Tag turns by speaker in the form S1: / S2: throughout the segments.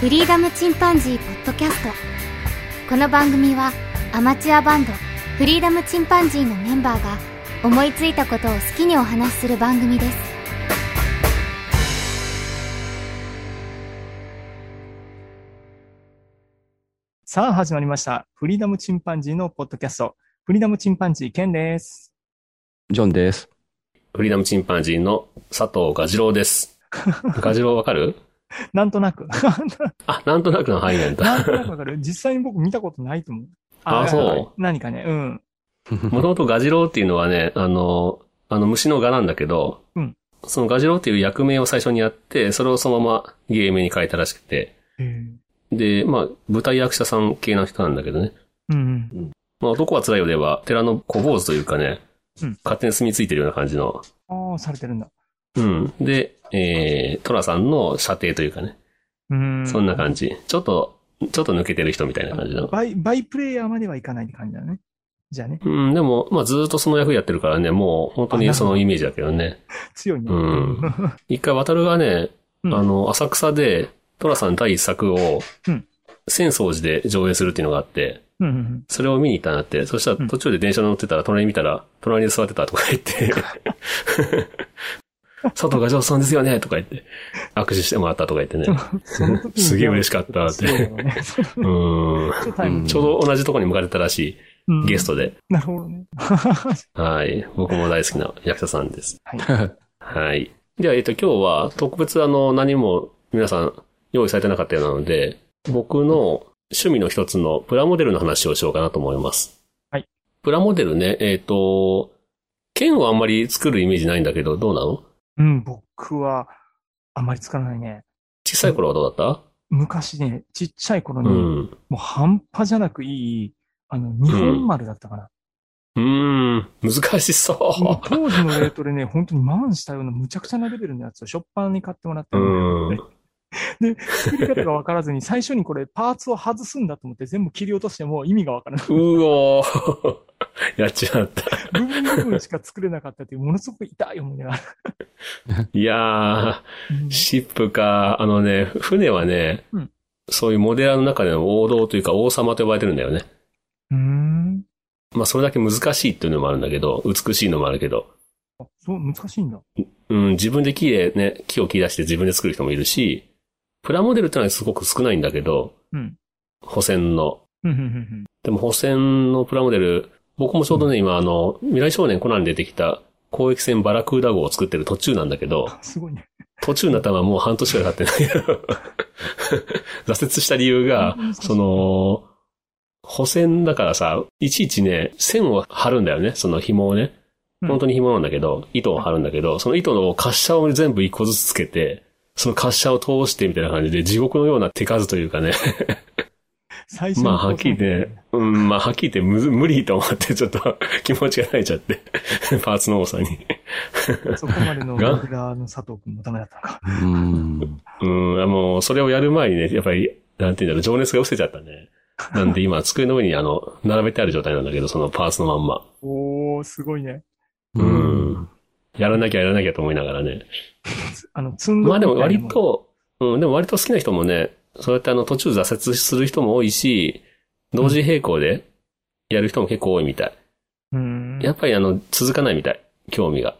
S1: フリーダムチンパンジーポッドキャストこの番組はアマチュアバンドフリーダムチンパンジーのメンバーが思いついたことを好きにお話しする番組です
S2: さあ始まりました。フリーダムチンパンジーのポッドキャスト。フリーダムチンパンジー、ケンです。
S3: ジョンです。
S4: フリーダムチンパンジーの佐藤ガジロウです。 ガジロウわかる
S2: なんとなく。
S4: あ、なんとなくの範囲なん
S2: なん
S4: だ。
S2: となくわかる。実際に僕見たことないと思う。
S4: あそう
S2: う。何かね、うん。
S4: もともとガジロウっていうのはね、あの、あの虫のガなんだけど、
S2: うん
S4: そのガジロウっていう役名を最初にやって、それをそのまま芸名に変えたらしくて、
S2: うん
S4: で、まあ、舞台役者さん系の人なんだけどね。
S2: うん。
S4: まあ、男は辛いよでは、寺の小坊主というかね、
S2: うん
S4: 勝手に住み着いてるような感じの。
S2: ああ、されてるんだ。
S4: うん。で、えー、トラさんの射程というかね、
S2: うん。
S4: そんな感じ。ちょっと、ちょっと抜けてる人みたいな感じの。
S2: バイ、バイプレイヤーまではいかないって感じだね。じゃあね。
S4: うん、でも、まあ、ずーっとその役やってるからね、もう、本当
S2: あな
S4: に
S2: るほど
S4: そのイメージだけどね。
S2: 強いね。
S4: うん。一回、渡るがね、
S2: うん
S4: あの、浅草で、寅さん第一作を
S2: うん、
S4: 浅草寺で上映するっていうのがあって、
S2: うんうん
S4: それを見に行ったんだって、そした
S2: うん
S4: ら途中で電車乗ってたら、隣見たら、隣に座ってたとか 言って、佐藤が上手さんですよねとか言って、握手してもらったとか 言ってね。
S2: うん。その時に
S4: すげえ嬉しかったっ
S2: す
S4: て
S2: ごいよ ねそう
S4: ーん。
S2: のタイミング
S4: ちょうど同じとこに向かれたらし
S2: うん
S4: い、ゲストで。
S2: なるほどね。
S4: はい。僕も大好きな役者さんです。
S3: は
S4: はい。では、えっと、今日は特別あの、何も皆さん用意されてなかったようなので、僕の趣味の一つのプラモデルの話をしようかなと思います。
S2: はい。
S4: プラモデルね、えっ、と、剣をあんまり作るイメージないんだけど、どうなの
S2: うん、僕は、あまりつかないね。
S4: 小さい頃はどうだっ
S2: 昔ね、ちっちゃい頃
S4: た
S2: に、
S4: うん。
S2: もう半端じゃなくいい、あの、日本丸だったかな。
S4: うーん、難し
S2: も
S4: そう
S2: 当時のレートでね、本当に満したようなむちゃくちゃなレベルのやつをしょっぱなに買ってもらっ
S4: う。
S2: たの
S4: う
S2: ね
S4: ん。
S2: 作り方がわからずに、最初にこれパーツを外すんだと思って全部切り落としても意味がわ からない。
S4: うおー やっちまった。
S2: 部分部分しか作れなかったっていう、ものすごく痛い思い出がある。
S4: いや
S2: うん
S4: ー、シップか。あのね、船はね、
S2: うん
S4: そういうモデラーの中での王道というか王様と呼ばれてるんだよね。
S2: うーん。
S4: まあそれだけ難しいっていうのもあるんだけど、美しいのもあるけど、
S2: あそう、難しいんだ。
S4: うん、自分で木でね、木を切り出して自分で作る人もいるし、プラモデルってのはすごく少ないんだけど、
S2: うん。
S4: 補選の。
S2: うんうんうん
S4: でも補選のプラモデル、僕もちょうどね、今あの、未来少年コナンに出てきた攻撃戦バラクーダ号を作ってる途中なんだけど、
S2: うんすごいね。
S4: 途中になったのはもう半年くらい経ってない。 挫折した理由が、その、補線だからさ、いちいちね、線を張るんだよね、その紐をね。
S2: うん
S4: 本当に紐なんだけど、糸を張るんだけど、その糸の滑車を全部一個ずつつけて、その滑車を通してみたいな感じで、地獄のような手数とい うかね。
S2: 最初に
S4: まあ、はっきり言って、うん、まあ、はっきり言ってむず無理と思って、ちょっと 気持ちが慣れちゃって、 パーツの多さに。
S2: そこまでの
S4: が
S2: モデラーの佐藤くんもダメだったのか。
S3: うん。
S4: うん、あの、それをやる前にね、やっぱり、なんて言うんだろう、情熱が失せちゃったね。なんで今、机の上にあの、並べてある状態なんだけど、そのパーツのまんま。
S2: おー、すごいね。
S4: うん。やらなきゃやらなきゃと思いながらね。
S2: あの、積んど
S4: まあ
S2: く
S4: でも
S2: みたいな
S4: 割と、うん、でも割と好きな人もね、そうやってあの、途中挫折する人も多いし、同時並行でやる人も結構多いみたい。
S2: もん、うーん。
S4: やっぱりあの、続かないみたい。興味が。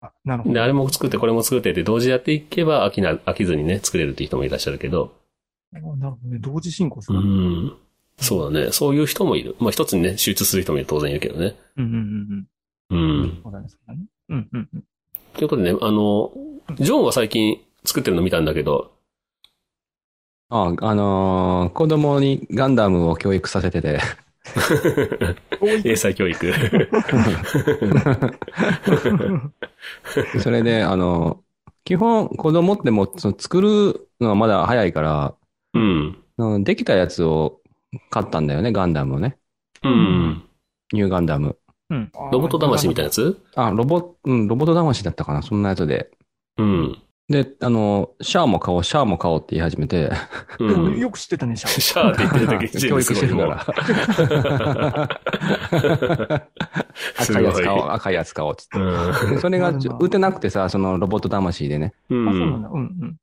S2: あなるほど
S4: で、。あれも作ってこれも作ってって同時やっていけば飽きな、飽きずにね、作れるっていう人もいらっしゃるけど。
S2: あなるほどね。同時進行す
S4: う
S2: る。
S4: ん。そうだね。そういう人もいる。まあ一つにね、集中する人も当然いるけどね。
S2: うんうんうん
S4: う
S2: うん。
S4: ん。
S2: そうだね、そうだね。うんうんうん。
S4: ということでね、あの、ジョンは最近作ってるの見たんだけ ど、
S3: あ、あのー子供にガンダムを教育させて て、
S4: 英才教育。
S3: それで、あの基本子供ってもうその作るのはまだ早いから、
S4: うん。
S3: うんできたやつを買ったんだよね、ガンダムをね。
S4: うん。
S3: ニューガンダム。
S2: うん。
S4: ロボット魂みたい
S2: い
S4: なやつ
S3: あ、ロボ、うん、ロボット魂だったかな、そんなやつで。
S4: うん。
S3: で、あのシャアも買おう、シャアも買おうって言い始めて、
S4: う
S2: うん
S4: ん。
S2: よく知ってたね、シャ
S4: シャーって言ってる時
S3: 教育してるから。
S4: す
S3: 赤
S4: ご
S3: い
S4: い
S3: やつ買おう、赤いやつ買おうっつって。
S4: ら。
S3: でそれ
S2: な
S3: が
S2: る
S3: ち
S2: ほ
S3: ょ
S2: ど
S3: 打てなくてさ、そのロボット魂でね。
S4: う
S2: ア。あ、そうなん
S4: ん。
S2: だ。うんうん。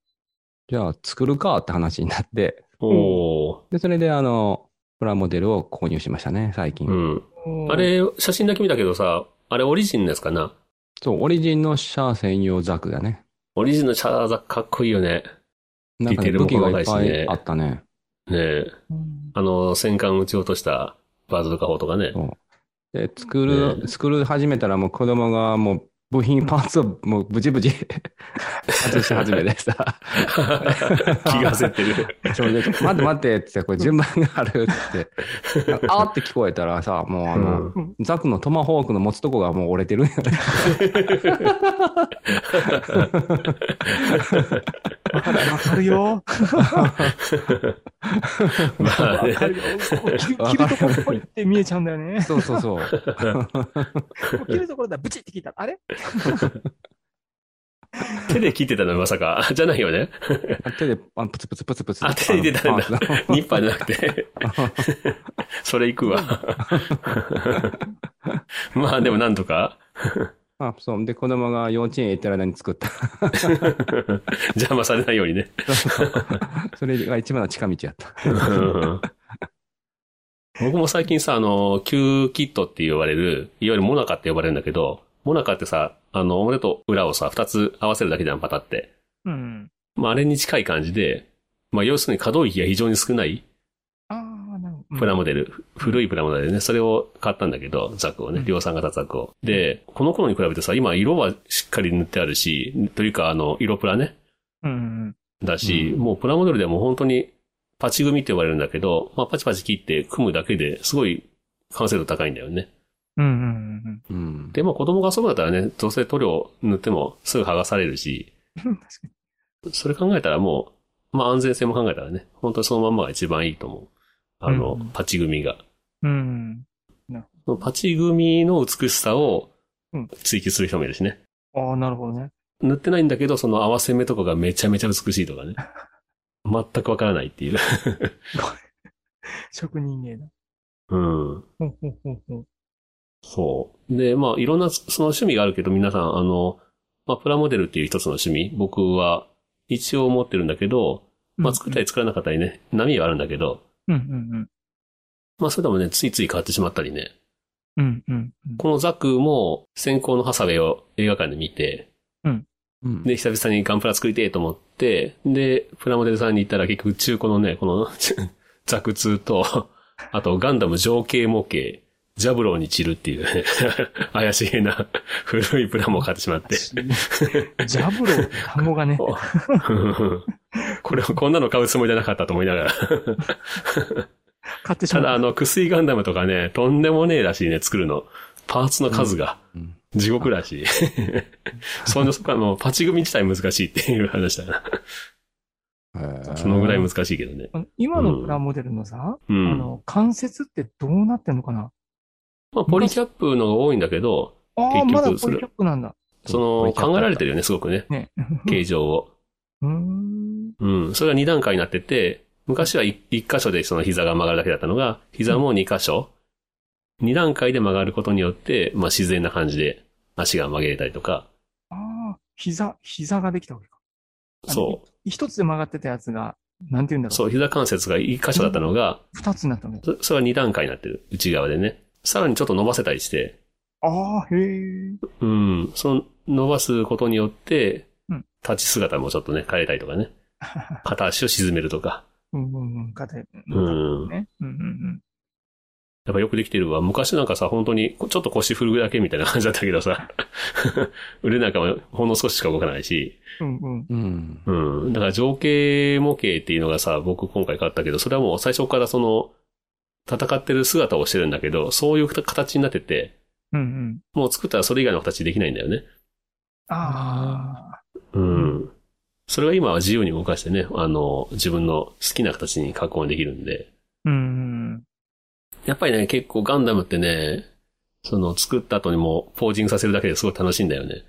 S3: じゃあ作るかって話になって、
S4: おー。
S3: で、それであの、プラモデルを購入しましたね、最近。
S4: うん。
S2: おー
S4: あれ、写真だけ見たけどさ、あれオリジンのやつかな
S3: そう、オリジンのシャア専用ザクだね。
S4: オリジンのチャーザかっこいいよね。
S3: なんか、ね、
S4: ディテ
S3: 武
S4: ー
S3: 器
S4: ルも
S3: が
S4: 細か
S3: い
S4: い
S3: っ
S4: しね
S3: ぱいあったね。
S4: ねえ。
S2: うん
S4: あの、戦艦撃ち落としたバズルカ砲とか ね。
S3: そうで、作
S4: ね
S3: る、作る始めたらもう子供がもう部品パーツをもうブチブチ 外し始めてさ。
S4: 気が焦ってる。
S3: それで、 待って待ってってって、これ順番があるって言 って、あーって聞こえたらさ、もうあの、
S4: うん
S3: ザクのトマホークの持つとこがもう折れてるんやね。
S2: わかる、わかるよ。
S4: まあ
S2: わ
S4: ね
S2: かるよ。こう切る切るところ、ポイって見えちゃうんだよね。
S3: そうそう そう。
S2: こう切るところだ、ブチって切ったら、あれ
S4: 手で切ってたのまさか。じゃないよね。
S3: 手でパンプツプツプツプツ。
S4: あ手で出たんだ
S3: あのパンツの
S4: ニッパーじゃなくて。それ行く わ。まあでもなんとか。
S3: あ、そう。で、子供が幼稚園へ行った間に作 った。
S4: 邪魔されないようにね。
S3: それが一番の近道やった。
S4: うん僕も最近さ、あの、旧キットって呼ばれる、いわゆるモナカって呼ばれるんだけど、モナカってさ、あの、表と裏をさ、二つ合わせるだけじゃん、パタって。
S2: うん。
S4: まあ、あれに近い感じで、まあ、要するに可動域が非常に少ない
S2: ああ、なるほど。
S4: プラモデル、古いプラモデルね、それを買ったんだけど、ザクをね
S2: うん、
S4: 量産型ザクを。で、この頃に比べてさ、今色はしっかり塗ってあるし、というか、あの、色プラね、
S2: うん。
S4: だし、
S3: うん
S4: もうプラモデルではもう本当にパチ組みって呼ばれるんだけど、まあパチパチ切って組むだけですごい完成度高いんだよね。
S2: うん。うん。
S3: うん。
S4: で、まあ子供が遊ぶんだったらね、どうせ塗料塗ってもすぐ剥がされるし、
S2: うん。確かに。
S4: それ考えたらもう、まあ安全性も考えたらね、本当にそのまんまが一番いいと思う。あの、
S2: うん
S4: パチ組みが。
S2: うん。
S4: パチ組みの美しさを
S2: うん
S4: 追求する人もいるしね。
S2: ああ、なるほどね。
S4: 塗ってないんだけど、その合わせ目とかがめちゃめちゃ美しいと かね。全くわからないっていう。
S2: 職人芸だ。
S4: うん。
S2: ほうほうほうほう。
S4: そう。で、まあ、いろんな、その趣味があるけど、皆さん、あの、まあ、プラモデルっていう一つの趣味、僕は一応持ってるんだけど、まあ、作ったり作らなかったりね、波はあるんだけど、
S2: うんうん
S4: まあ、それでもね、ついつい買ってしまったりね。
S2: うん。うんうんうん。
S4: このザクも、先行のハサウェイを映画館で見て、
S3: うん
S4: で、久々にガンプラ作りてえと思って、で、プラモデルさんに行ったら結局中古のね、この ザク2と、あとガンダム情景模型、ジャブローに散るっていうね、 怪しげな古いプラモを買ってしまって。
S2: ジャブローって単語がね。
S4: お これ、こんなの買うつもりじゃなかったと思いながら。
S2: 買ってした
S4: だ、
S2: ま
S4: あ
S2: う。
S4: の、薬ガンダムとかね、とんでもねえらしいね、作るの。パーツの数が
S3: うん、
S4: 地獄らしい。そんな、そこはもう、パチ組み自体難しいっていう話だな。そのぐらい
S3: も。
S4: 難しいけどね。
S2: あの今のプラモデルのさ、あ
S4: うん。
S2: の、関節ってどうなってんのかな
S4: まあ、ポリキャップのが多いんだけど、
S2: ああ、
S4: 結局
S2: まだ
S4: そ
S2: ポ
S4: れ
S2: リキャップなんだ。
S4: その、考えられてるよね、すごくね。
S2: ね。
S4: 形状を。
S2: うーん。
S4: うん。それが2段階になってて、昔は 1, 箇所でその膝が曲がるだけだったのが、膝も2箇所。2段階で曲がることによって、まあ自然な感じで足が曲げれたりとか、
S2: ああ、膝、膝ができたわけか。あの
S4: そう。
S2: 一つで曲がってたやつが、なんて言うんだろ
S4: そう、膝関節が1箇所だったのが、
S2: う。二つになったのね。
S4: そそれが2段階になってる。内側でね。さらにちょっと伸ばせたりして、
S2: ああ、へえ。
S4: うん。その伸ばすことによって
S2: うん、
S4: 立ち姿もちょっとね、変えたりと かね。片足を沈めるとか。
S2: うんうんうん、肩ね。
S4: うん。
S2: ね。うんうん
S4: やっぱよくできてるわ。昔なんかさ、本当に、こちょっと腰振るだけみたいな感じだったけどさ、 腕なんかもほんの少ししか動かないし、
S2: うん。うんうん。
S3: うん。
S4: うん。だから情景模型っていうのがさ、僕今回買ったけど、それはもう最初からその、戦ってる姿をしてるんだけど、そういう形になってて、
S2: うんうん。
S4: もう作ったらそれ以外の形できないんだよね。
S2: ああ。
S4: うん。それは今は自由に動かしてね、あの、自分の好きな形に加工できるんで、
S2: うんうん。
S4: やっぱりね、結構ガンダムってね、その作った後にもポージングさせるだけですごい楽しいんだよね。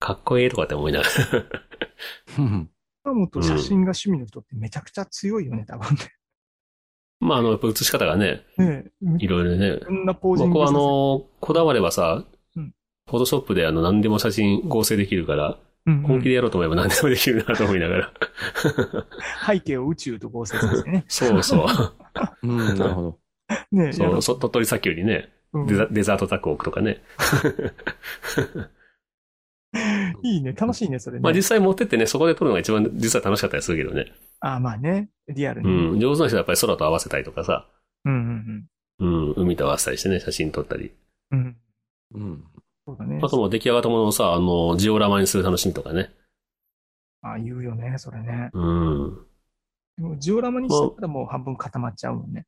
S4: かっこええとかって思いながら。
S3: うん
S2: プラモと写真が趣味の人ってめちゃくちゃ強いよね、多分
S4: まあ、あの、やっぱ映し方がね、
S2: ね。ね
S4: いろいろね。
S2: こんなポージング
S4: 僕はあ
S2: させて
S4: の、こだわればさ
S2: うん、
S4: フォトショップであの、何でも写真合成できるから、
S2: うんうん
S4: 本気でやろうと思えば何でもできるなと思いなが ら。。
S2: 背景を宇宙と合成させてね
S4: そうそう。
S3: うん、なるほど。
S2: ねや
S4: そ
S2: ろ
S4: う、そ鳥取砂丘にね、
S2: うん
S4: デザデザートタック置くとかね。
S2: いいね。楽しいね、それね。
S4: まあ実際持ってってね、そこで撮るのが一番実は楽しかったりするけどね。
S2: あ、まあね。リアル
S4: う
S2: に。うん
S4: ん。上手な人はやっぱり空と合わせたりとかさ、
S2: うん
S4: うん、海と合わせたりしてね、写真撮ったり。
S2: うん。うん。
S3: うん。
S2: そうだね。
S4: あともう出来上がったものをさ、あの、ジオラマにする楽しみとかね。
S2: あ言うよね、それね。
S4: うん。
S2: でもジオラマにしてたらもう半分固まっちゃうもんね。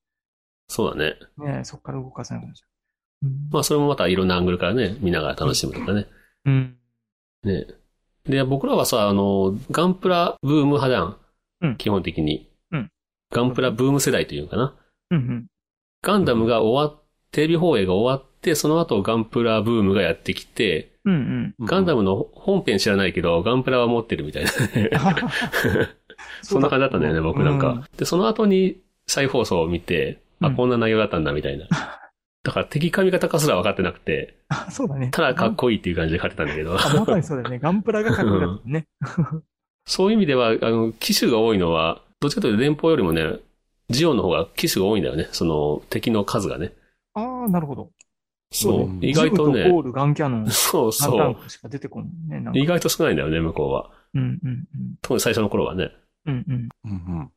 S4: そうだね。
S2: ねそこから動かせなくなっちゃう。うん
S4: まあそれもまたいろんなアングルからね、見ながら楽しむとかね。
S2: うん。
S4: ね。で、僕らはさ、あの、ガンプラブーム派じゃん。
S2: うん
S4: 基本的に。
S2: うん
S4: ガンプラブーム世代というのかな。
S2: うんうん。
S4: ガンダムが終わっ、テレビ放映が終わって、その後ガンプラブームがやってきて、
S2: うんうん。
S4: ガンダムの本編知らないけど、ガンプラは持ってるみたいな。 そんな感じだったん だよね、僕なん
S2: う
S4: か。で、その後に再放送を見て、
S2: う
S4: あ、
S2: ん
S4: こんな内容だったんだ、み たいな。だから敵髪型かすら分かってなくて、
S2: あそうだね。
S4: ただかっこいいっていう感じで買ってたんだけど。
S2: あ、まさにそうだよね。ガンプラがかっこよかったもんね。
S4: そういう意味では、あの、機種が多いのは、どっちかというと連邦よりもね、ジオンの方が機種が多いんだよね。その、敵の数がね。
S2: ああ、なるほど。
S4: そう
S3: う。ん
S4: 意外と
S2: ジムゴー、
S4: ね
S2: ル、ガンキャノン、
S4: そう
S2: ガンタン
S4: そ
S2: クしか出てこないね。なん
S4: う。
S2: か
S4: 意外と少ないんだよね、向こうは。
S2: うんうんうん。
S4: 特に最初の頃はね。
S2: うんうん。
S3: うん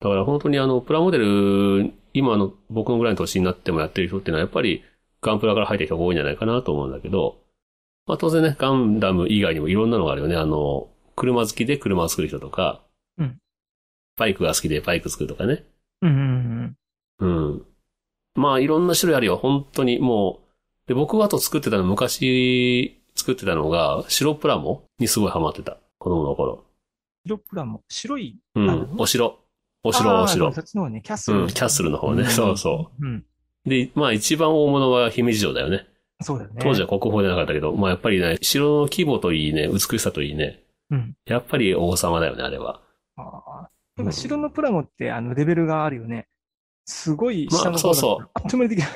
S4: だから本当にあの、プラモデル、今の僕のぐらいの年になってもやってる人っていうのはやっぱりガンプラから入ってる人が多いんじゃないかなと思うんだけど、まあ当然ね、ガンダム以外にもいろんなのがあるよね。あの、車好きで車を作る人とか、
S2: うん
S4: バイクが好きでバイク作るとかね。
S2: うんうん
S4: うん。まあいろんな種類あるよ。本当にもう。で、僕はあと作ってたの昔作ってたのが、白プラモにすごいハマってた。子供の頃。
S2: 白プラも、白い。
S4: う
S2: なる
S4: ん
S2: ほ。ど
S4: お城。お
S2: あ
S4: 城、
S2: ー
S4: お城
S2: そ。っちの方ね、キャッス
S4: う
S2: ル。
S4: ん、キャッスルの方ね。
S2: ん
S4: そうそう。
S2: うん。
S4: で、まあ一番大物は姫路城だよね。
S2: そうだよね。
S4: 当時は国宝じゃなかったけど、まあやっぱりね、城の規模といいね、美しさといいね。
S2: うん
S4: やっぱり王様だよね、あれは。
S2: ああ。なんか白のプラモって、あの、レベルがあるよね。すごい下の方
S4: まあ
S2: だ
S4: そうそう
S2: あっという間にできる。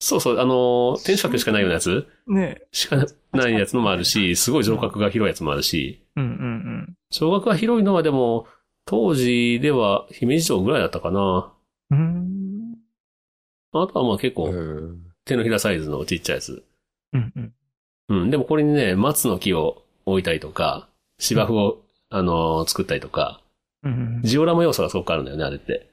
S4: そうそう、あのー、天守閣しかないようなやつ
S2: ねえ。
S4: しかないやつのもあるし、すごい城郭が広いやつもあるし、
S2: うんうん
S4: 城郭が広いのはでも、当時では姫路城ぐらいだったかな。
S2: うん。うーん。
S4: あとはまあ結
S3: う
S4: 構、
S3: ん。
S4: 手のひらサイズのちっちゃいやつ。
S2: うんうん。
S4: うん、でもこれにね、松の木を置いたりとか、芝生を、あのー作ったりとか、
S2: うんうん
S4: ジオラマ要素がすごくあるんだよね、あれって。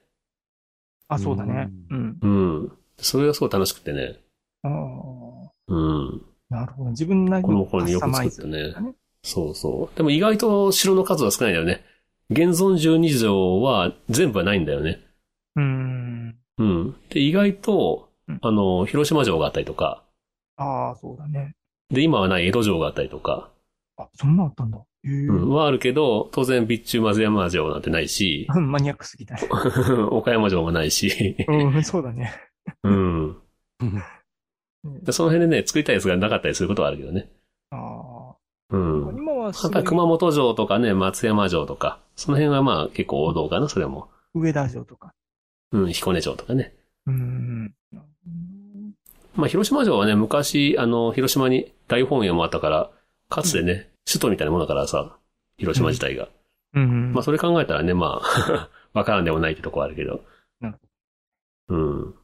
S2: あ、そうだね。うん。
S4: うん。それがすごい楽しくてね。
S2: ああ。
S4: うん。
S2: なるほど。自分なり
S4: この
S2: の
S4: 頃
S2: カ
S4: によ
S2: スタ
S4: く
S2: マ
S4: 作
S2: イ
S4: っ
S2: ズ
S4: た。ね
S2: ね。
S4: そうそう。でも意外と城の数は少ないんだよね。現存12城は全部はないんだよね。
S2: うーん。
S4: うん。で、意外と
S2: うん、
S4: あの、広島城があったりとか、
S2: ああ、そうだね。
S4: で、今はない江戸城があったりとか、
S2: あ、そんなんあったんだ。へえ。
S4: うん、はあるけど、当然備中松山城なんてない し、
S2: うんマニアックすぎた ね。
S4: 岡山城もないし、
S2: うん、そうだね。
S4: うん。
S2: うん
S4: でその辺でね、作りたいやつがなかったりすることはあるけどね。
S2: あ
S4: う
S2: あ。
S4: ん。
S2: 今はす
S4: ま
S2: ご
S4: た
S2: い
S4: 熊本城とかね、松山城とか、その辺はまあ結構王道かな、それも。
S2: 上田城とか。
S4: うん、彦根城とかね。
S2: うん。
S4: まあ、広島城はね、昔、あの、広島に大本営もあったから、かつてね、首都みたいなものだからさ、広島自体が。
S2: うん。
S4: まあ、それ考えたらね、まあ、 わからんでもないってとこはあるけど。
S2: なる
S4: うん。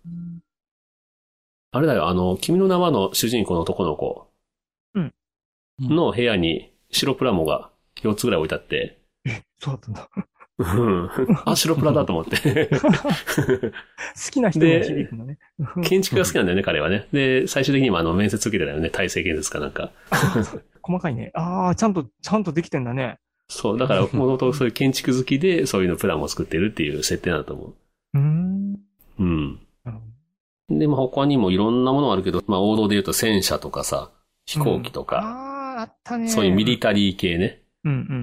S4: あれだよ、あの、君の名はの主人公の男の子
S2: うん
S4: の部屋に白プラモが4つぐらい置いてあって、
S2: そうだったんだ。
S4: うんあ、白プラだと 思って。
S2: 好きな人に響くのね。
S4: 建築が好きなんだよね、彼はね。で、最終的にもあの、面接受けてたよね、体制建設かなんか。
S2: 細かいね。ああ、ちゃんと、ちゃんとできてんだね。
S4: そう、だから、もともとそういう建築好きで、そういうのプランを作ってるっていう設定なんだと思
S2: うーん。な
S4: う。うん。
S2: るほど
S4: で、まあ、他にもいろんなものがあるけど、まあ、王道で言うと戦車とかさ、飛行機とか、
S2: ああ、あったね。
S4: そういうミリタリー系ね。
S2: うん
S4: う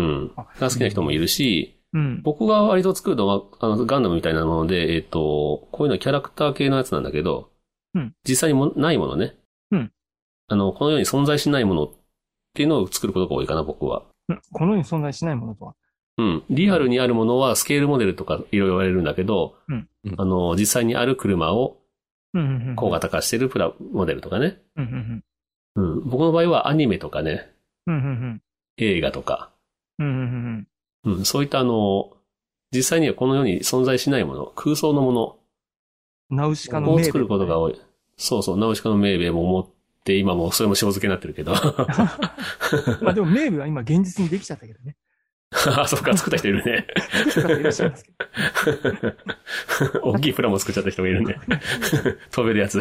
S4: ん。
S2: あ
S4: が好きな人もいるし、
S2: うん。うん。
S4: 僕が割と作るのは、あの、ガンダムみたいなもので、えっ、と、こういうのキャラクター系のやつなんだけど、
S2: うん
S4: 実際にもないものね。
S2: うん
S4: あの、このように存在しないものっていうのを作ることが多いかな、僕は。
S2: うんこの世に存在しないものとは。
S4: うん。リアルにあるものはスケールモデルとかいろいろ言われるんだけど、
S2: うん
S4: あの、実際にある車を
S2: うんうんうん。
S4: 小型化してるプラモデルとかね。
S2: うんうん
S4: うん。僕の場合はアニメとかね、
S2: うんうん
S4: 映画とか、
S2: うん。うんうんうんうん。
S4: うん、そういったあの、実際にはこの世に存在しないもの、空想のもの、
S2: ナウシカの
S4: を
S2: 名
S4: 作ることが多い。そうそう、ナウシカの名ーも持って、今もうそれも塩漬けになってるけど。
S2: まあでも、名ーは今現実にできちゃったけどね。
S4: あ、そっか、作った人い るね。
S2: 作った方いらっしゃいますけ ど。
S4: 大きいプラも作っちゃった人がい るね。飛べるやつ。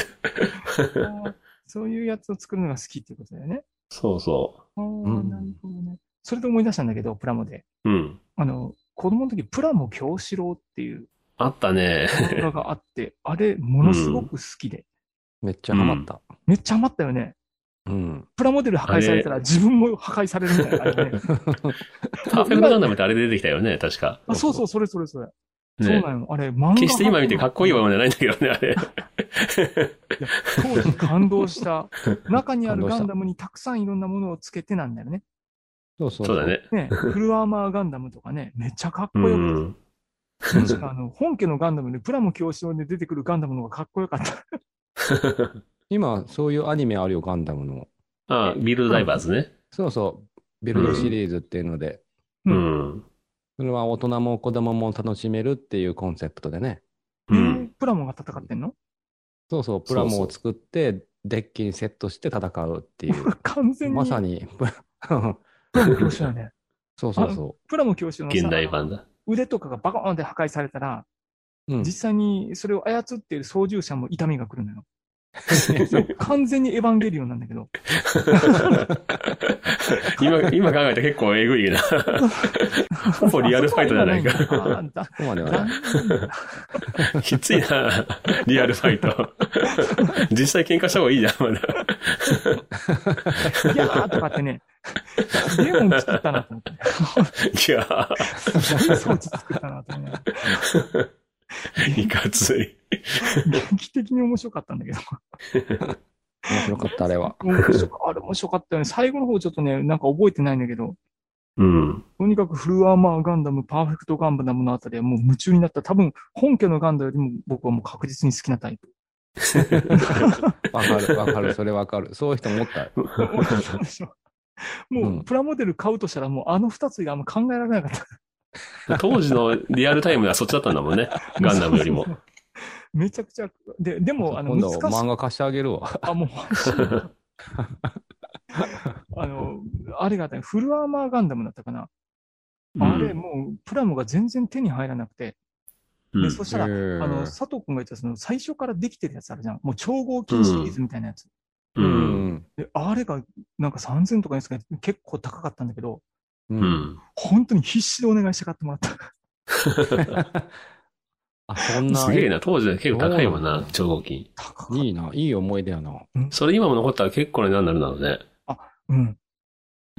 S2: そういうやつを作るのが好きっていうことだよね。
S4: そうそ
S2: あ
S3: ん
S2: ーなるほどね。それで思い出したんだけど、プラモで。
S4: う。うん。
S2: あの、子供の時、プラモ京志郎っていう
S4: あったね。
S2: 漫画があ って、あれ、ものすごく好きで。
S3: めっちゃハマった。
S2: めっちゃ余ったよね。
S3: うん。
S2: プラモデル破壊されたら自分も破壊されるみたいなあ れね。
S4: パーフェクトガンダムってあれで出てきたよね、確か。
S2: あそうそう、それそれそれ。そう
S4: ね
S2: な。の。あれ、漫画。
S4: 決して今見てかっこいいわけじゃないんだけど ね、あれ。
S2: 当時感動 した。中にあるガンダムにたくさんいろんなものをつけてなんだよね。
S3: そうそう。
S4: そうだ。ね。
S2: ね、フルアーマーガンダムとかね、めっちゃかっ
S4: う
S2: こよくて。
S4: ん。
S2: 確かあの、本家のガンダムでプラモ教師で出てくるガンダムの方がかっこよかった。
S3: 今、そういうアニメあるよ、ガンダムの。
S4: あ、ビルドダイバーズね。
S3: そうそう。ビルドシリーズっていうので、
S2: う
S4: うんん。
S3: それは大人も子供も楽しめるっていうコンセプトでね。
S4: うん。
S2: プラモが戦ってんの
S3: そうそう、プラモを作って、デッキにセットして戦うっていう。
S2: 完全に。
S3: まさに、 プラ
S2: プラモ教師だね。
S3: そうそうそ
S2: プラモ教師のさ
S4: 現 代版だ。
S2: 腕とかがバコーンって破壊されたら、
S3: う。うん
S2: 実。際にそれを操っている操縦者も痛みが来るの よ。完全にエヴァンゲリオンなんだけど。
S4: 今、今考えたら結構えぐいな。 ほぼリアルファイトじゃないか。
S2: あーだ
S3: そこまでは
S2: だ
S3: ね。
S4: きついな。リアルファイト。実際喧嘩した方がいいじゃん、まだ。
S2: いやーとかってね、デーモン作ったなと思って。
S4: いやー。
S2: すごい装置作ったなと思って。
S4: いかつい。
S2: 劇的に面白かったんだけど。
S3: 面白かった、あれは。
S2: 面白かあれ面白かったよね。最後の方ちょっとね、なんか覚えてないんだけど、
S4: うん。
S2: とにかくフルアーマーガンダム、パーフェクトガンダムのあたりはもう夢中になった。多分、本家のガンダムよりも僕はもう確実に好きなタイプ。
S3: わかる、わかる、それわかる。 そういう人もおった。
S2: そうでしょもう、
S3: うん
S2: プラモデル買うとしたらもうあの二つがあんま考えられなかった。
S4: 当時のリアルタイムはそっちだったんだもんね。ガンダムよりも
S2: そう。そうそう。 めちゃくちゃ、で、でも、あの、
S3: 今度、
S2: 難しい。
S3: 漫画貸してあげるわ。
S2: あ、もう、あの、あれがあったねフルアーマーガンダムだったかな。
S4: うん
S2: あれ、もう、プラモが全然手に入らなくて。
S4: う
S2: で、
S4: ん
S2: そしたら、
S3: へ
S2: あ
S3: ー
S2: の、佐藤君が言ってた、その、最初からできてるやつあるじゃん。もう、超合金シリーズみたいなやつ。
S4: う。
S3: うんん。
S2: で、あれが、なんか3000とかですかね、結構高かったんだけど、
S3: う。
S4: うんん。
S2: 本当に必死でお願いして買ってもらった。
S3: あ、そんな。
S4: すげえな。当時は結構高いもんな、超合金。
S2: 高かった。
S3: いいな、いい思い出やな。
S4: それ今も残ったら結構な値段になるんだろ
S2: うん。
S4: う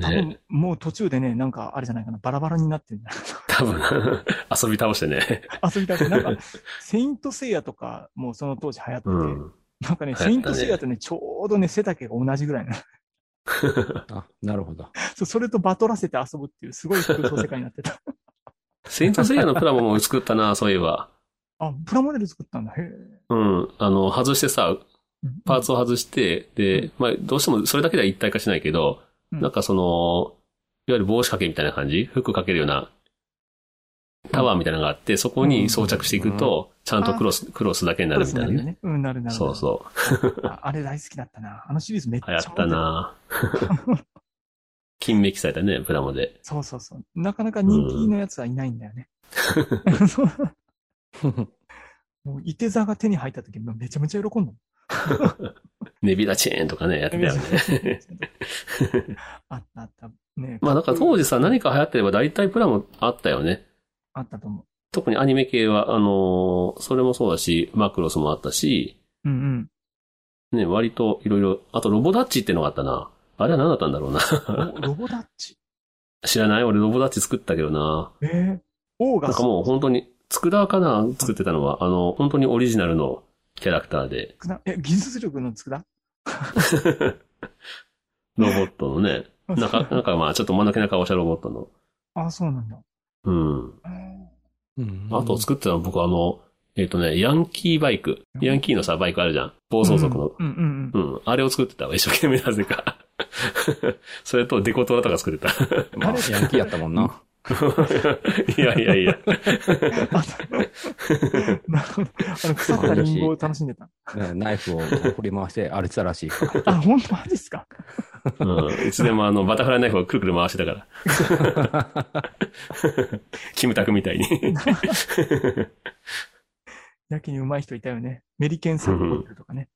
S2: 多
S4: ね。ね。
S2: 分もう途中でね、なんかあれじゃないかな、バラバラになってるんじゃないか
S4: 多分、 遊び倒してね。
S2: な 遊びたくなんか、セイントセイヤとかもその当時流行ってて、
S4: うん。
S2: なんかね、
S4: 流行った
S2: セ
S4: ね
S2: イントセイヤとね、ちょうどね、背丈が同じぐらいな
S3: あ、なるほど。
S2: そうそれとバトらせて遊ぶっていう、すごい空想世界になってた。
S4: セイントセイヤのプラモも作った な、そういえば。
S2: あ、プラモデル作ったんだ。へえ。
S4: うん。あの、外してさ、パーツを外して、で、まあ、どうしてもそれだけでは一体化しないけど、
S2: うん
S4: なんかその、いわゆる帽子掛けみたいな感じ服掛けるような、タワーみたいなのがあって、そこに装着していくと、ちゃんとクロス、クロスだけになるみたいなね。。
S2: うん、なるなる。。
S4: そうそう
S2: ああれ大好きだったな。あのシリーズめっちゃ
S4: う。流行ったな 金メッキされたね、プラモで。
S2: そうそうそう。なかなか人気のやつはいないんだよ ね。もう、いて座が手に入った時、めちゃめちゃ喜んだもん。
S4: ネビラチェーンとかね、やってたよね。
S2: あったあった。ね
S4: まあ、だから当時さ、何か流行ってれば大体プラモあったよね。
S2: あったと思
S4: 特にアニメ系は、あのーそれもそうだし、マクロスもあったし、
S2: う。うんうん。
S4: ね、割といろいろ、あとロボダッチってのがあったな。あれは何だったんだろうな。
S2: ロロボダッチ。
S4: 知らない俺ロボダッチ作ったけどな。
S2: えー、オー
S4: な
S2: ガ
S4: ん
S2: ス
S4: か。もう本当に、つくだかな作ってたのは、あの、本当にオリジナルのキャラクター で、
S2: え、技術力のつくだ
S4: ロボットのね、な んか、なんかまあちょっと真ん中な顔したロボットの。
S2: あ、そうなんだ。
S4: うん。
S2: えー
S3: うん
S4: あと作ってたの僕あの、えっ、とね、ヤンキーバイク。ヤンキーのさ、バイクあるじゃん。暴走族の。
S2: うんうんうん
S4: う。ん。あれを作ってたわ、一生懸命なぜか。 それとデコトラとか作ってた。
S3: まあ、ヤンキーやったもんな。
S4: いやいやいや。
S2: なるほど。あの、腐ったリンゴを楽しんでた。
S3: ナイフを振り回して歩いてたらしいから。
S2: あ、本当マジですか
S4: うん。いつでもあの、バタフライナイフをくるくる回してたから。キムタクみたいに。
S2: やけに上手い人いたよね。メリケンサップとかね。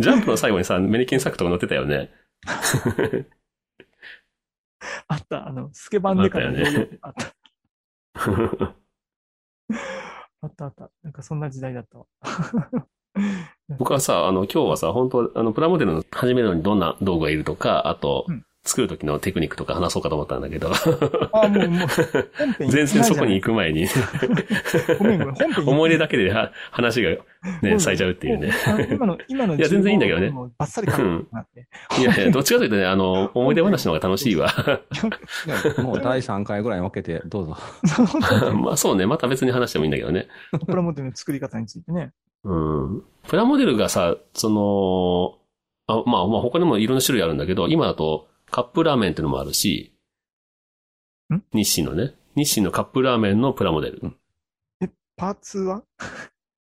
S4: ジャンプの最後にさ、メリケンサックとか乗ってたよね。
S2: あった、あの、スケバンデカのヨーヨーあった、あった、あった。なんかそんな時代だったわ。
S4: 僕はさ、あの、今日はさ、本当あの、プラモデルの始めるのにどんな道具がいるとか、あと、
S2: うん
S4: 作る時のテクニックとか話そうかと思ったん だけど、
S2: あ、もう、もう、本編
S4: 全然そこに行
S2: く。
S4: く前に、
S2: ごめんごめん、本編
S4: 思い出
S2: だっ
S4: だけでは話がね、咲いちゃうっていうね。。
S2: もあの今の、今の15分も、
S4: いや全然いいんだけどね
S2: バッサリ考えてなって。
S4: いやいや、どっちかというとね、あの、思い出話の方が楽しいわ。
S3: もう第3回ぐらいに分けて、どうぞ。
S4: まあそうね、また別に話してもいいんだけどね。
S2: プラモデルの作り方についてね。
S4: うん。プラモデルがさ、その、あまあ、まあ他にもいろんな種類あるんだけど、今だとカップラーメンっていうのもあるし
S2: ん、
S4: 日清のね、日清のカップラーメンのプラモデル。
S2: パーツは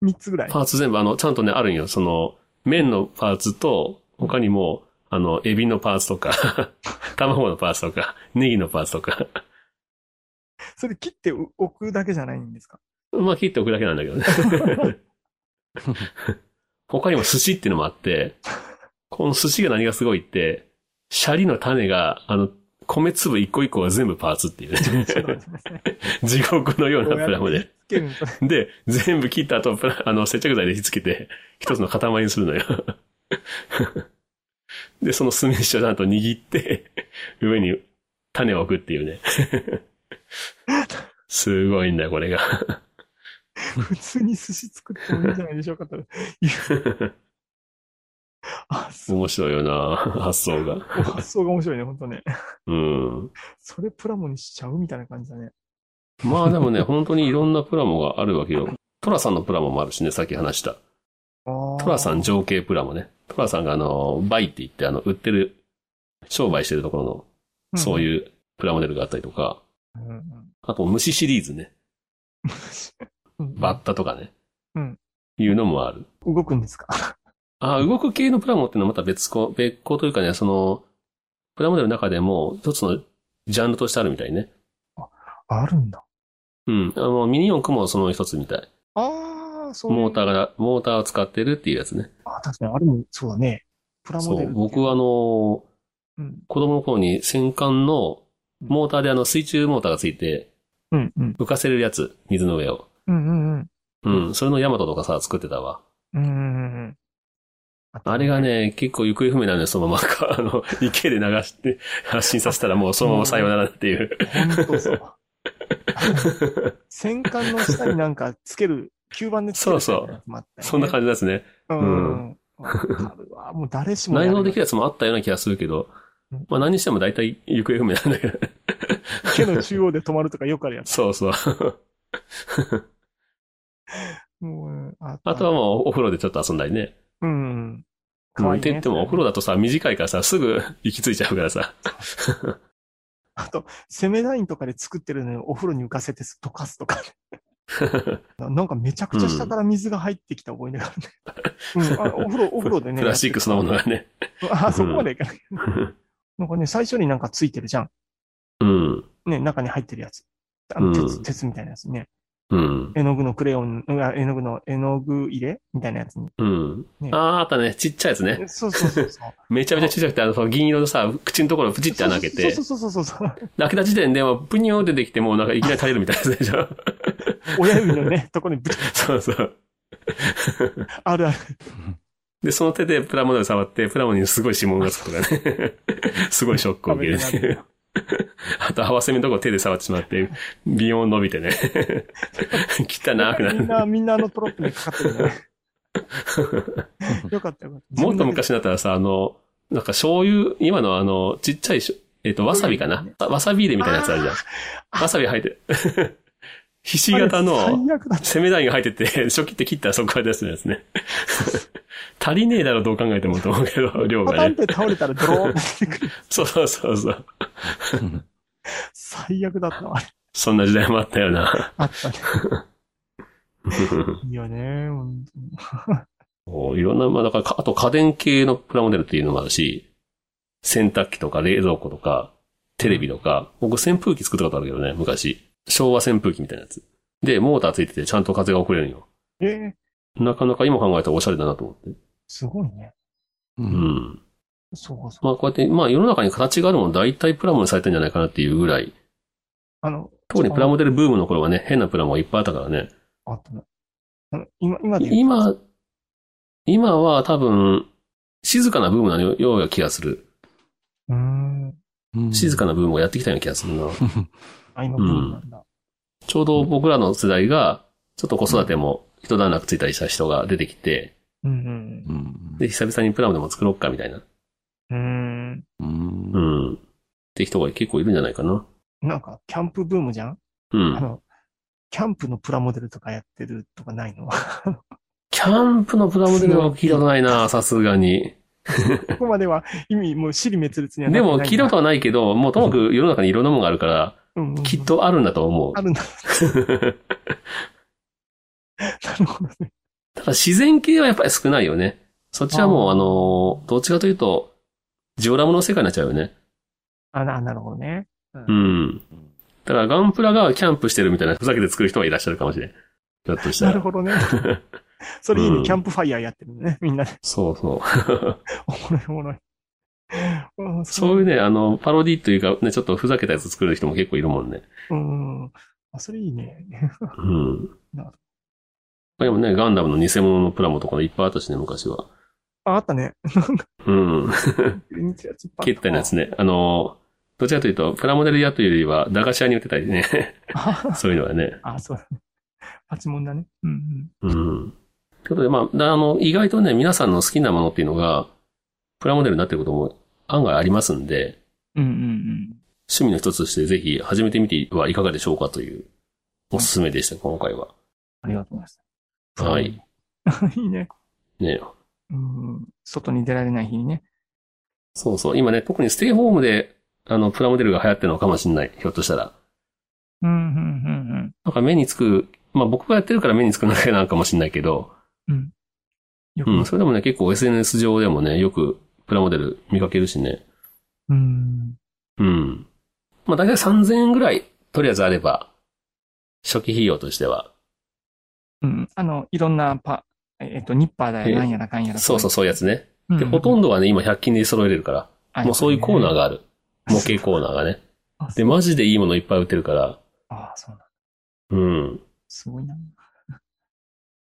S2: 三つぐらい。
S4: パーツ全部、あの、ちゃんとね、あるんよ。その、麺のパーツと、他にも、あの、エビのパーツとか、 卵のパーツとか、ネギのパーツとか、
S2: それ切っておくだけじゃないんですか
S4: まあ切っておくだけなんだけどね。 他にも寿司っていうのもあって、この寿司が何がすごいって、シャリの種が、あの、米粒一個一個が全部パーツっていうね。
S2: そう なんですね。
S4: 地獄のよう
S2: こ
S4: な
S2: うや
S4: プラモ
S2: っ
S4: デ
S2: て
S4: ル。
S2: つけるのとね
S4: で、全部切った後、プラあの、接着剤で火つけて、一つの塊にするのよ。で、その酢飯をちゃんと握って、上に種を置くっていうね。すごいんだよ、これが。
S2: 普通に寿司作ってもいいんじゃないでしょうかと。 いうあ、そう。
S4: 面白い よな発想が。
S2: 発想が面白いね、本当ね。
S4: うん。
S2: それプラモにしちゃうみたいな感じだね。
S4: まあでもね、本当にいろんなプラモがあるわけよ。トラさんのプラモもあるしね、さっき話した。ト
S2: ト
S4: ラさん情景プラモね。トラさんがあの、バイって言って、あの、売ってる、商売してるところのそう
S2: う
S4: いうプラモデルがあったりとか、
S2: ん。うん
S4: あと虫シリーズね。
S2: うん
S4: バッタとかね。
S2: うん
S4: いうのもある。
S2: 動くんですか
S4: ああ、動く系のプラモっていうのはまた別個、別個というかね、その、プラモデルの中でも一つのジャンルとしてあるみたいね。
S2: あるんだ。
S4: うん。あの、ミニ四駆もその一つみたい。
S2: ああ、そういう。
S4: モーターが、モーターを使ってるっていうやつね。
S2: あ確かに、あれも、そうだね。プラモ
S4: そ。
S2: デルっていうう。
S4: 僕はあの、
S2: うん。
S4: 子供の頃に戦艦のモーターであの水中モーターがついて
S2: うん、うん。
S4: 浮かせるやつ、水の上を。
S2: うん、うん、うん。
S4: うん。それのヤマトとかさ、作ってたわ。
S2: うんうんうん。
S4: あれがね、結構行方不明なのよ、そのままか。 あの、池で流して、発信させたらもうそのままさよならっていう。
S2: 本当そう。戦艦の下になんかつける、吸盤でつけるみたいなやつもあったよね、
S4: そんな感じなんですね。
S2: じ。う
S4: うん
S2: ん。あるわもう誰しもや
S4: 内
S2: る。
S4: 容できるやつもあったような気がするけど
S2: うん、
S4: まあ何にしても大体行方不明なんだけど。
S2: 池の中央で止まるとかよくあるやつ。
S4: そ うそう。
S2: もう、あ
S4: あとは、もうお風呂でちょっと遊んだりね。
S2: うん。
S4: うん
S2: 可愛い
S4: って言ってもお風呂だとさ、短いからさ、すぐ 行き着いちゃうからさ。
S2: あと、攻めラインとかで作ってるのをお風呂に浮かせて溶かすとか、ななんかめちゃくちゃ下から水が入ってきた覚えがあるね。 うん、あお風呂、お風呂でね。
S4: プラスチックそのものがね。
S2: あ、そこまでいかない。なんかね、最初になんかついてるじゃん。
S4: うん。
S2: ね、中に入ってるやつ。あの鉄、
S4: うん
S2: 鉄みたいなやつね。
S4: うん。
S2: 絵の具のクレヨン、あ絵の具の、絵の具入れみたいなやつに。
S4: うん
S2: ね。
S4: ああ、あったね。ちっちゃいやつね。
S2: そうそうそう そう。
S4: めちゃめちゃちっちゃくて、あの、その銀色のさ、口のところプチって穴開けて。
S2: そうそうそうそうそう。
S4: 開けた時点で、もうプニョーって出てきて、もうなんかいきなり垂れるみたいなやつ でしょ
S2: 親指のね、とこにぶち、
S4: そうそう。
S2: あるある。
S4: で、その手でプラモデル触って、プラモにすごい指紋がつくとかね。 すごいショックを受けるって いう。あと、合わせ目のとこ手で触ってしまって、ビヨーン伸びてね。 汚くな
S2: みん
S4: る。
S2: な、みんなあのトロップにかかってる ね。よかったよかった。
S4: もっと昔だったらさ、あの、なんか醤油、今のあの、ちっちゃいしょ、えっ、と、わさびかなわさび入れみたいなやつあるじゃん。わさび入って、 ひし形
S2: あれ
S4: の
S2: 最悪だ。
S4: 攻め台が入ってて、 初期って切ったらそこから出すやつね。 足りねえだろ、どう考えてもと思うけど、量
S2: パタ
S4: が
S2: ンっ
S4: ね。
S2: て倒れたらドローンって出てくる。
S4: そうそうそうそう。
S2: 最悪だったな。あれ
S4: そんな時代もあったよな。
S2: あったね。いやね、本当に
S4: こういろんな、まあだからか、あと家電系のプラモデルっていうのもあるし、洗濯機とか冷蔵庫とか、テレビとか、僕扇風機作ったことあるけどね、昔。昭和扇風機みたいなやつ。で、モーターついててちゃんと風が送れるんよ。
S2: えー
S4: なかなか今考えたらおしゃれだなと思って。
S2: すごいね。
S3: う。
S4: うんん。
S2: そうかそう。
S4: まあこうやって、まあ世の中に形があるもの大体プラモにされてんじゃないかなっていうぐらい。
S2: あの、
S4: 特にプラモ
S2: デ
S4: デルブームの頃はね、変なプラモがいっぱいあったからね。
S2: ル。あったな。あの今、今で言う
S4: 今、今は多分、静かなブームなような気がする。
S2: うーん。
S3: うん
S4: 静かなブームをやってきたような気がするな。
S2: あ、今、ブームなんだ。
S4: ちょうど僕らの世代が、ちょっと子育ても一段落ついたりした人が出てきて、
S2: うんうん
S3: うん。
S4: で、久々にプラモでも作ろうかみたいな。
S2: うん。う
S3: う。
S4: うんん。って人が結構いるんじゃないかな。
S2: ーん。なんか、キャンプブームじゃん
S4: う
S2: あ
S4: ん。
S2: の、キャンプのプラモデルとかやってるとかないの
S4: キャンプのプラモデルは聞いたことないな、さすがに。
S2: ここまでは意味、もう尻滅裂にはな
S4: でも聞いたこと
S2: は、
S4: はないけど、もうともかく世の中にいろんなものがあるから、
S2: うんうんうん
S4: きっ。とあるんだと思う
S2: あ。るんだ。 なるほどね。
S4: ただ自然系はやっぱり少ないよね。そっちはも
S2: あ
S4: う
S2: ー
S4: あの、どっちかというと、ジオラムの世界になっちゃうよね。
S2: あ、ななるほどね。
S4: うん。だからガンプラがキャンプしてるみたいなふざけて作る人はいらっしゃるかもしれん。ひょっとした
S2: なる
S4: ら。
S2: ほ どね。それいいね、
S4: うん
S2: キャンプファイヤーやってるね。みんなで。
S4: そう
S2: お
S4: そう。
S2: もろいおもろい。うん、
S4: そういうね、あの、パロディというか、ね、ちょっとふざけたやつ作る人も結構いるもんね。
S2: うん。あ、それいいね。
S4: うん。
S2: なるほ
S4: 他にもね、ガンダムの偽物のプラモとかいっぱいあったしね、昔は。
S2: あ、あったね。
S4: うん。蹴ったようなやつ
S2: ね。
S4: ね。あの、どちらかというと、プラモデル屋というよりは、駄菓子屋に売ってたりね。
S2: あ、
S4: そういうのはね。
S2: あそうだね。パチモンだね。うんうん。
S4: うん。ということで、まあ、だあの、意外とね、皆さんの好きなものっていうのが、プラモデルになってることも案外ありますんで、
S2: うんうん
S4: 趣味の一つとしてぜひ始めてみてはいかがでしょうかというおすすめでした、今回は。
S2: ありがとうございました。
S4: はい。
S2: いいね。
S4: ね。
S2: うん。外に出られない日にね。
S4: そうそう。今ね、特にステイホームで、あの、プラモデルが流行ってるのかもしれない。ひょっとしたら。
S2: うん、うん、
S4: なんか目につく、まあ僕がやってるから目につくだけなのかもしれないけど、
S2: うん、うん。うん。よ
S4: うん、
S2: く、
S4: それでもね、結構 SNS 上でもね、よくプラモデル見かけるしね。
S2: うん。
S4: うん。まあ、大体3000円ぐらい、とりあえずあれば、初期費用としては。
S2: うん。あの、いろんなパ、えっと、ニッパーだ
S4: え
S2: よ、
S4: え
S2: なんやらかんやら。
S4: そうそう、そういうやつね。
S2: うん。
S4: で、ほと
S2: ど
S4: んどはね、今100均で揃えれるから、もうそういうコーナーがある。模型コーナーがね。
S2: が
S4: で、マジでいいものいっぱい売ってるから、
S2: ああ、そうなんだ。
S4: うん。
S2: すごいな。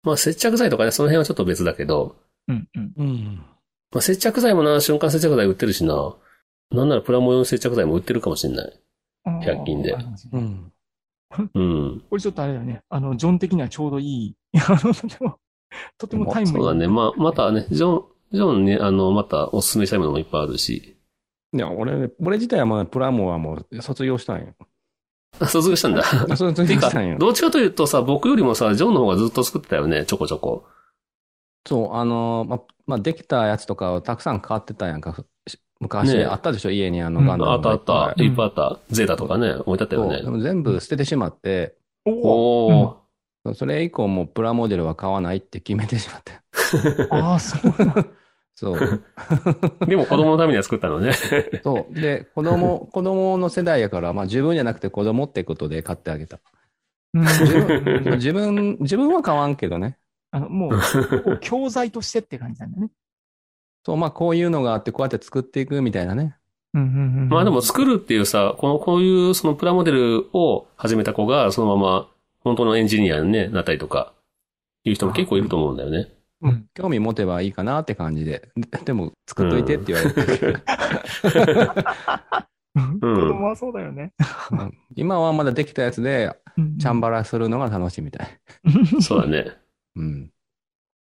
S4: まあ、接着剤とかね、その辺はちょっと別だけど、
S2: うん、うん。
S3: うん。
S4: まあ、接着剤もな、瞬間接着剤売ってるしな。なんならプラモ用の接着剤も売ってるかもしれない。
S2: あー
S4: 100均で
S2: あるかもしれ
S3: う
S2: ない
S3: ん。
S4: うん。
S2: これちょっとあれだよね。あの、ジョン的にはちょうどいい。 あの、とても、とてもタイムリー
S4: そうだね。まあ、またね、ジョン、ジョンね、あの、またおすすめしたいものもいっぱいあるし。
S3: いや、俺ね、俺自体はまだプラモはもう卒業したんよ。
S4: あ卒業したんだ。
S3: 卒
S4: て
S3: 業
S4: か
S3: したん、よ。
S4: どっちかというとさ、僕よりもさ、ジョンの方がずっと作ってたよね、ちょこちょこ。
S3: そう、あのー、ま、まあ、できたやつとかをたくさん買ってたやんか。し昔、
S4: ねえ
S3: あったでしょ、家にあの
S2: うん
S3: ガンダムが
S4: あっ。たあった、
S2: うん
S4: いっぱいあった、ゼータとかね、置いてあったよ
S3: そうで
S4: ね。
S3: も全部捨ててしまって、
S2: おお。
S4: おお、
S3: それ以降もうプラモデルは買わないって決めてしまって。
S2: ああ、そうなんだ。
S3: そう。
S4: でも子供のためには作ったのね。
S3: そう。で、子供、子供の世代やから、まあ自分じゃなくて子供ってことで買ってあげた。
S2: うん
S3: 自 分、自分、自分は買わんけどね。
S2: あの、もう、こう教材としてって感じなんだね。
S3: そう、まあこういうのがあって、こうやって作っていくみたいなね。
S2: うんうんうん。
S4: まあでも、作るっていうさ、この、こういうそのプラモデルを始めた子が、そのまま本当のエンジニアに、ね、なったりとか、いう人も結構いると思うんだよね。
S2: うん。
S3: 興味持てばいいかなって感じで。ででも、作っといてって言われて。
S2: 子 供はそうだよね。
S3: うん 今はまだできたやつで、チャン
S2: バ。
S3: バラするのが楽しいみたい。
S4: そうだね。
S3: うん。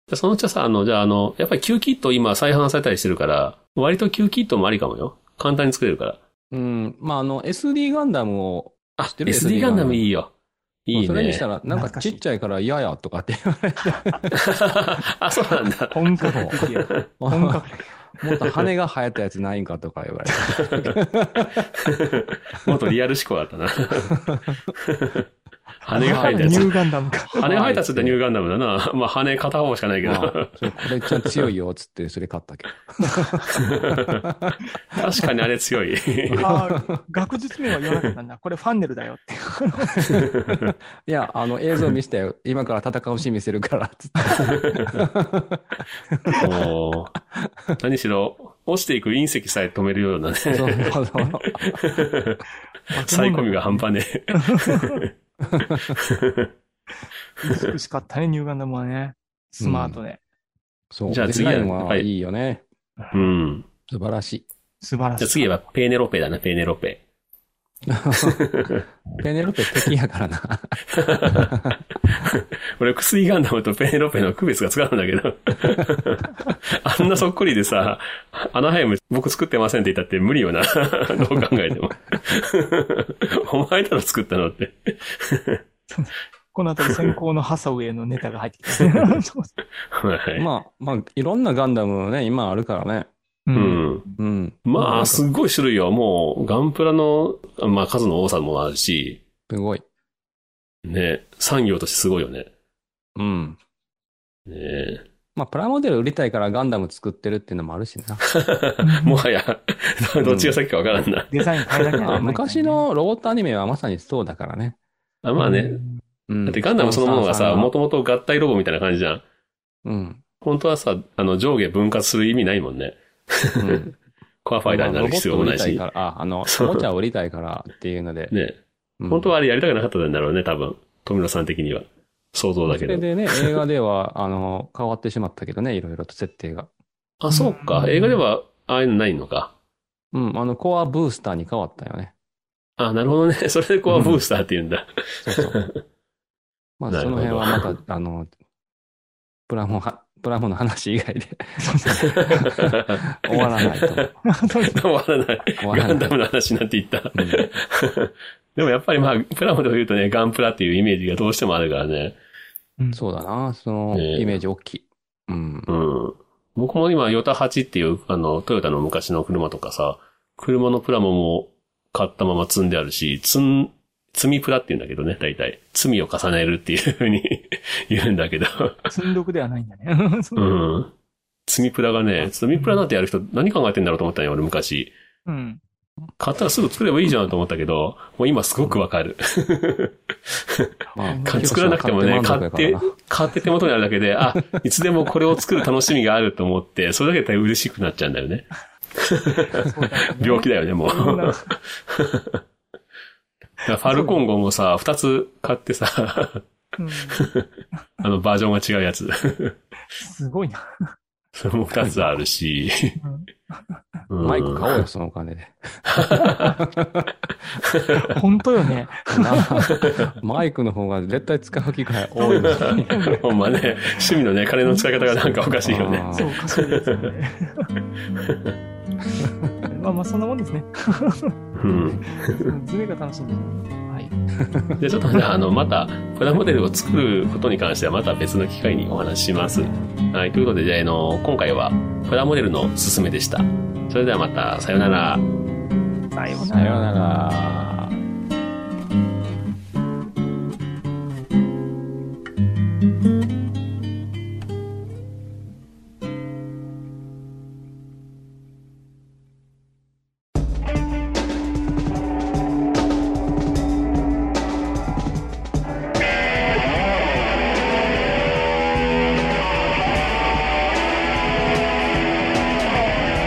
S4: でそのうちはさ、あの、じゃああの、やっぱり Q キット今再販されたりしてるから、割と Q キットもありかもよ。簡単に作れるから。
S3: うん。まあ、あの、SD ガンダムを、
S4: あ、
S3: 知ってる
S4: SD ガンダムいいよ。いい
S3: それに
S4: ね
S3: した。ら、なんかちっちゃいから嫌やとかって言われて、
S4: あ、そうなんだ。
S2: 本格的よ。 本
S3: も
S2: 格的。
S3: っと羽が生えたやつないんかとか言われて。
S4: もっとリアル思考だっ たな。羽が生えたや
S2: ニュ
S4: つ。
S2: ーガンダムか。
S4: 羽が生えたやつってニューガンダムだな。まあ羽片方しか ないけ
S3: まあ
S4: ど。
S3: そうこれちゃんと強いよ、つって、それ買ったけど。
S4: 確かにあれ強い。
S2: ああ、学術名は言わなかったんだ。これファンネルだよって。
S3: いや、あの、映像見せてよ。今から戦うシーン見せるから、つって。
S4: もう何しろ、落ちていく隕石さえ止めるよう なね、
S3: そうそうそう。
S4: サイコミが半端ねえ。
S2: 美しかったね、ニューガンダムはね。スマートで。
S3: そう。
S4: じゃあ次は
S3: デザインは
S4: はい
S3: いいよね。
S4: うん。
S3: 素晴らしい。
S2: 素晴らし
S4: じゃあ
S2: い。
S4: 次はペーネロペだな、ペーネロペ。
S3: ペネロペ敵やからな。
S4: 俺、薬ガンダムとペーネロペの区別がつかないんだけど。 あんなそっくりでさ、アナハイム僕作ってませんって言ったって無理よな。 どう考えても。 お前だろ作ったのって。
S2: この後り先行のハサウェイのネタが入って きた。そう
S4: はい。
S3: まあ、まあ、いろんなガンダムね、今あるからね。
S2: う。
S4: うんん。
S3: うん。
S4: まあ、すっごい種類はもう、ガンプラの、まあ、数の多さもあるし、
S3: すごい。
S4: ね、産業としてすごいよね。
S3: うん。
S4: ねえ
S3: まあ、プラモデル売りたいからガンダム作ってるっていうのもあるし な。
S4: もはや、どっちが先かわからんな。
S2: デザイン変えなきゃいけ
S3: ま
S2: な
S3: あ
S2: い。
S3: 昔のロボットアニメはまさにそうだからね。
S4: あまあね、
S3: うん。
S4: だってガンダムそのものがさ、もともと合体ロボみたいな感じじゃん。
S3: うん。
S4: 本当はさ、あの、上下分割する意味ないもんね。
S3: うん。
S4: コ アファイターになる必要もないし。
S3: まあロボットを売りたいから、あ、あの、お
S4: そう
S3: もちゃを売りたいからっていうので。
S4: ね。
S3: うん
S4: 本当はあれやりたくなかったんだろうね、多分。富野さん的には。想像だけ
S3: それ
S4: ど。
S3: でね、映画では、あの、変わってしまったけどね、いろいろと設定が。
S4: あ、そうか。映画では、ああいうのないのか。
S3: うん、あの、コアブースターに変わったよね。
S4: あ、なるほどね。 それでコアブースターって言う んだ。
S3: そうそう。まあ、
S4: なる
S3: そ
S4: ほ
S3: の
S4: ど
S3: 辺はまた、あの、プラモは、プラモの話以外で 終わらないと思う。
S4: 終わらない。
S3: 終わら
S4: ガ
S3: ない
S4: ンダムの話になっていった。
S3: うん
S4: でもやっぱりまあ、プラモデルを言うとね、ガンプラっていうイメージがどうしてもあるからね。
S2: うん
S3: そうだな、その
S4: ねえ
S3: イメージ大きい。うん。
S4: うん。僕も今、ヨタ8っていう、あの、トヨタの昔の車とかさ、車のプラモも買ったまま積んであるし、積ん、積みプラって言うんだけどね、大体。罪を重ねるっていうふうに 言うんだけど。。
S2: 積んどくではないんだね。そううん
S4: 積みプラがね、積みプラなんてやる人何考えてんだろうと思ったんよ、俺昔。
S2: うん。
S4: 買ったらすぐ作ればいいじゃんと思ったけど、もう今すごくわかる。
S3: まあ
S2: か
S4: か 作らなくてもね、
S3: 結
S4: 買っ
S3: 局それは満足
S4: て
S3: やからな、
S4: 買って手元にあるだけで、あ、いつでもこれを作る楽しみがあると思って、それだけで嬉しくなっちゃうんだよね。
S2: そうだよね
S4: 病気だよね、もう。だ
S2: そんな
S4: から ファルコン号もさ、二つ買ってさ、
S2: うん
S4: あの、バージョンが違うやつ。
S2: すごいな。
S4: それも二つあるし。うん
S3: マイク買おうよ、そのお 金で。
S2: 本当よね。
S3: なマイクの方が絶対使う機会多いのに。
S4: ほんまね、趣味のね、金の使い方がなんかおかしいよね
S3: あ。ー
S2: そう、おかしいですよ ね。まあまあ、そんなもん ですね。
S4: うん。
S2: うんズレが楽しいんですね。はい。
S4: で、ちょっとね、あの、また、プラモデルを作ることに関してはまた別の機会にお話しします。はい、ということで、じゃあ、あの、今回は、プラモデルのすすめでした。それではまた、さようなら。
S2: さよう
S3: さようなら。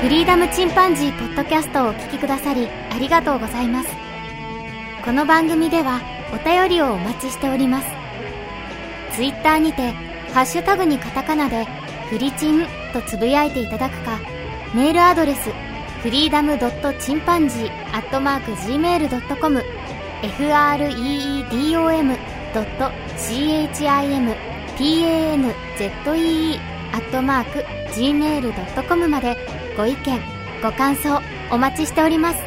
S1: フリーダムチンパンジーポッドキャストをお聞きくださりありがとうございますこの番組ではお便りをお待ちしておりますツイッターにてハッシュタグにカタカナでフリチンとつぶやいていただくかメールアドレスフリーダムドットチンパンジーアットマーク Gmail.com freedom ドット chimpanzee アットマーク gmail.com までご意見、ご感想、お待ちしております。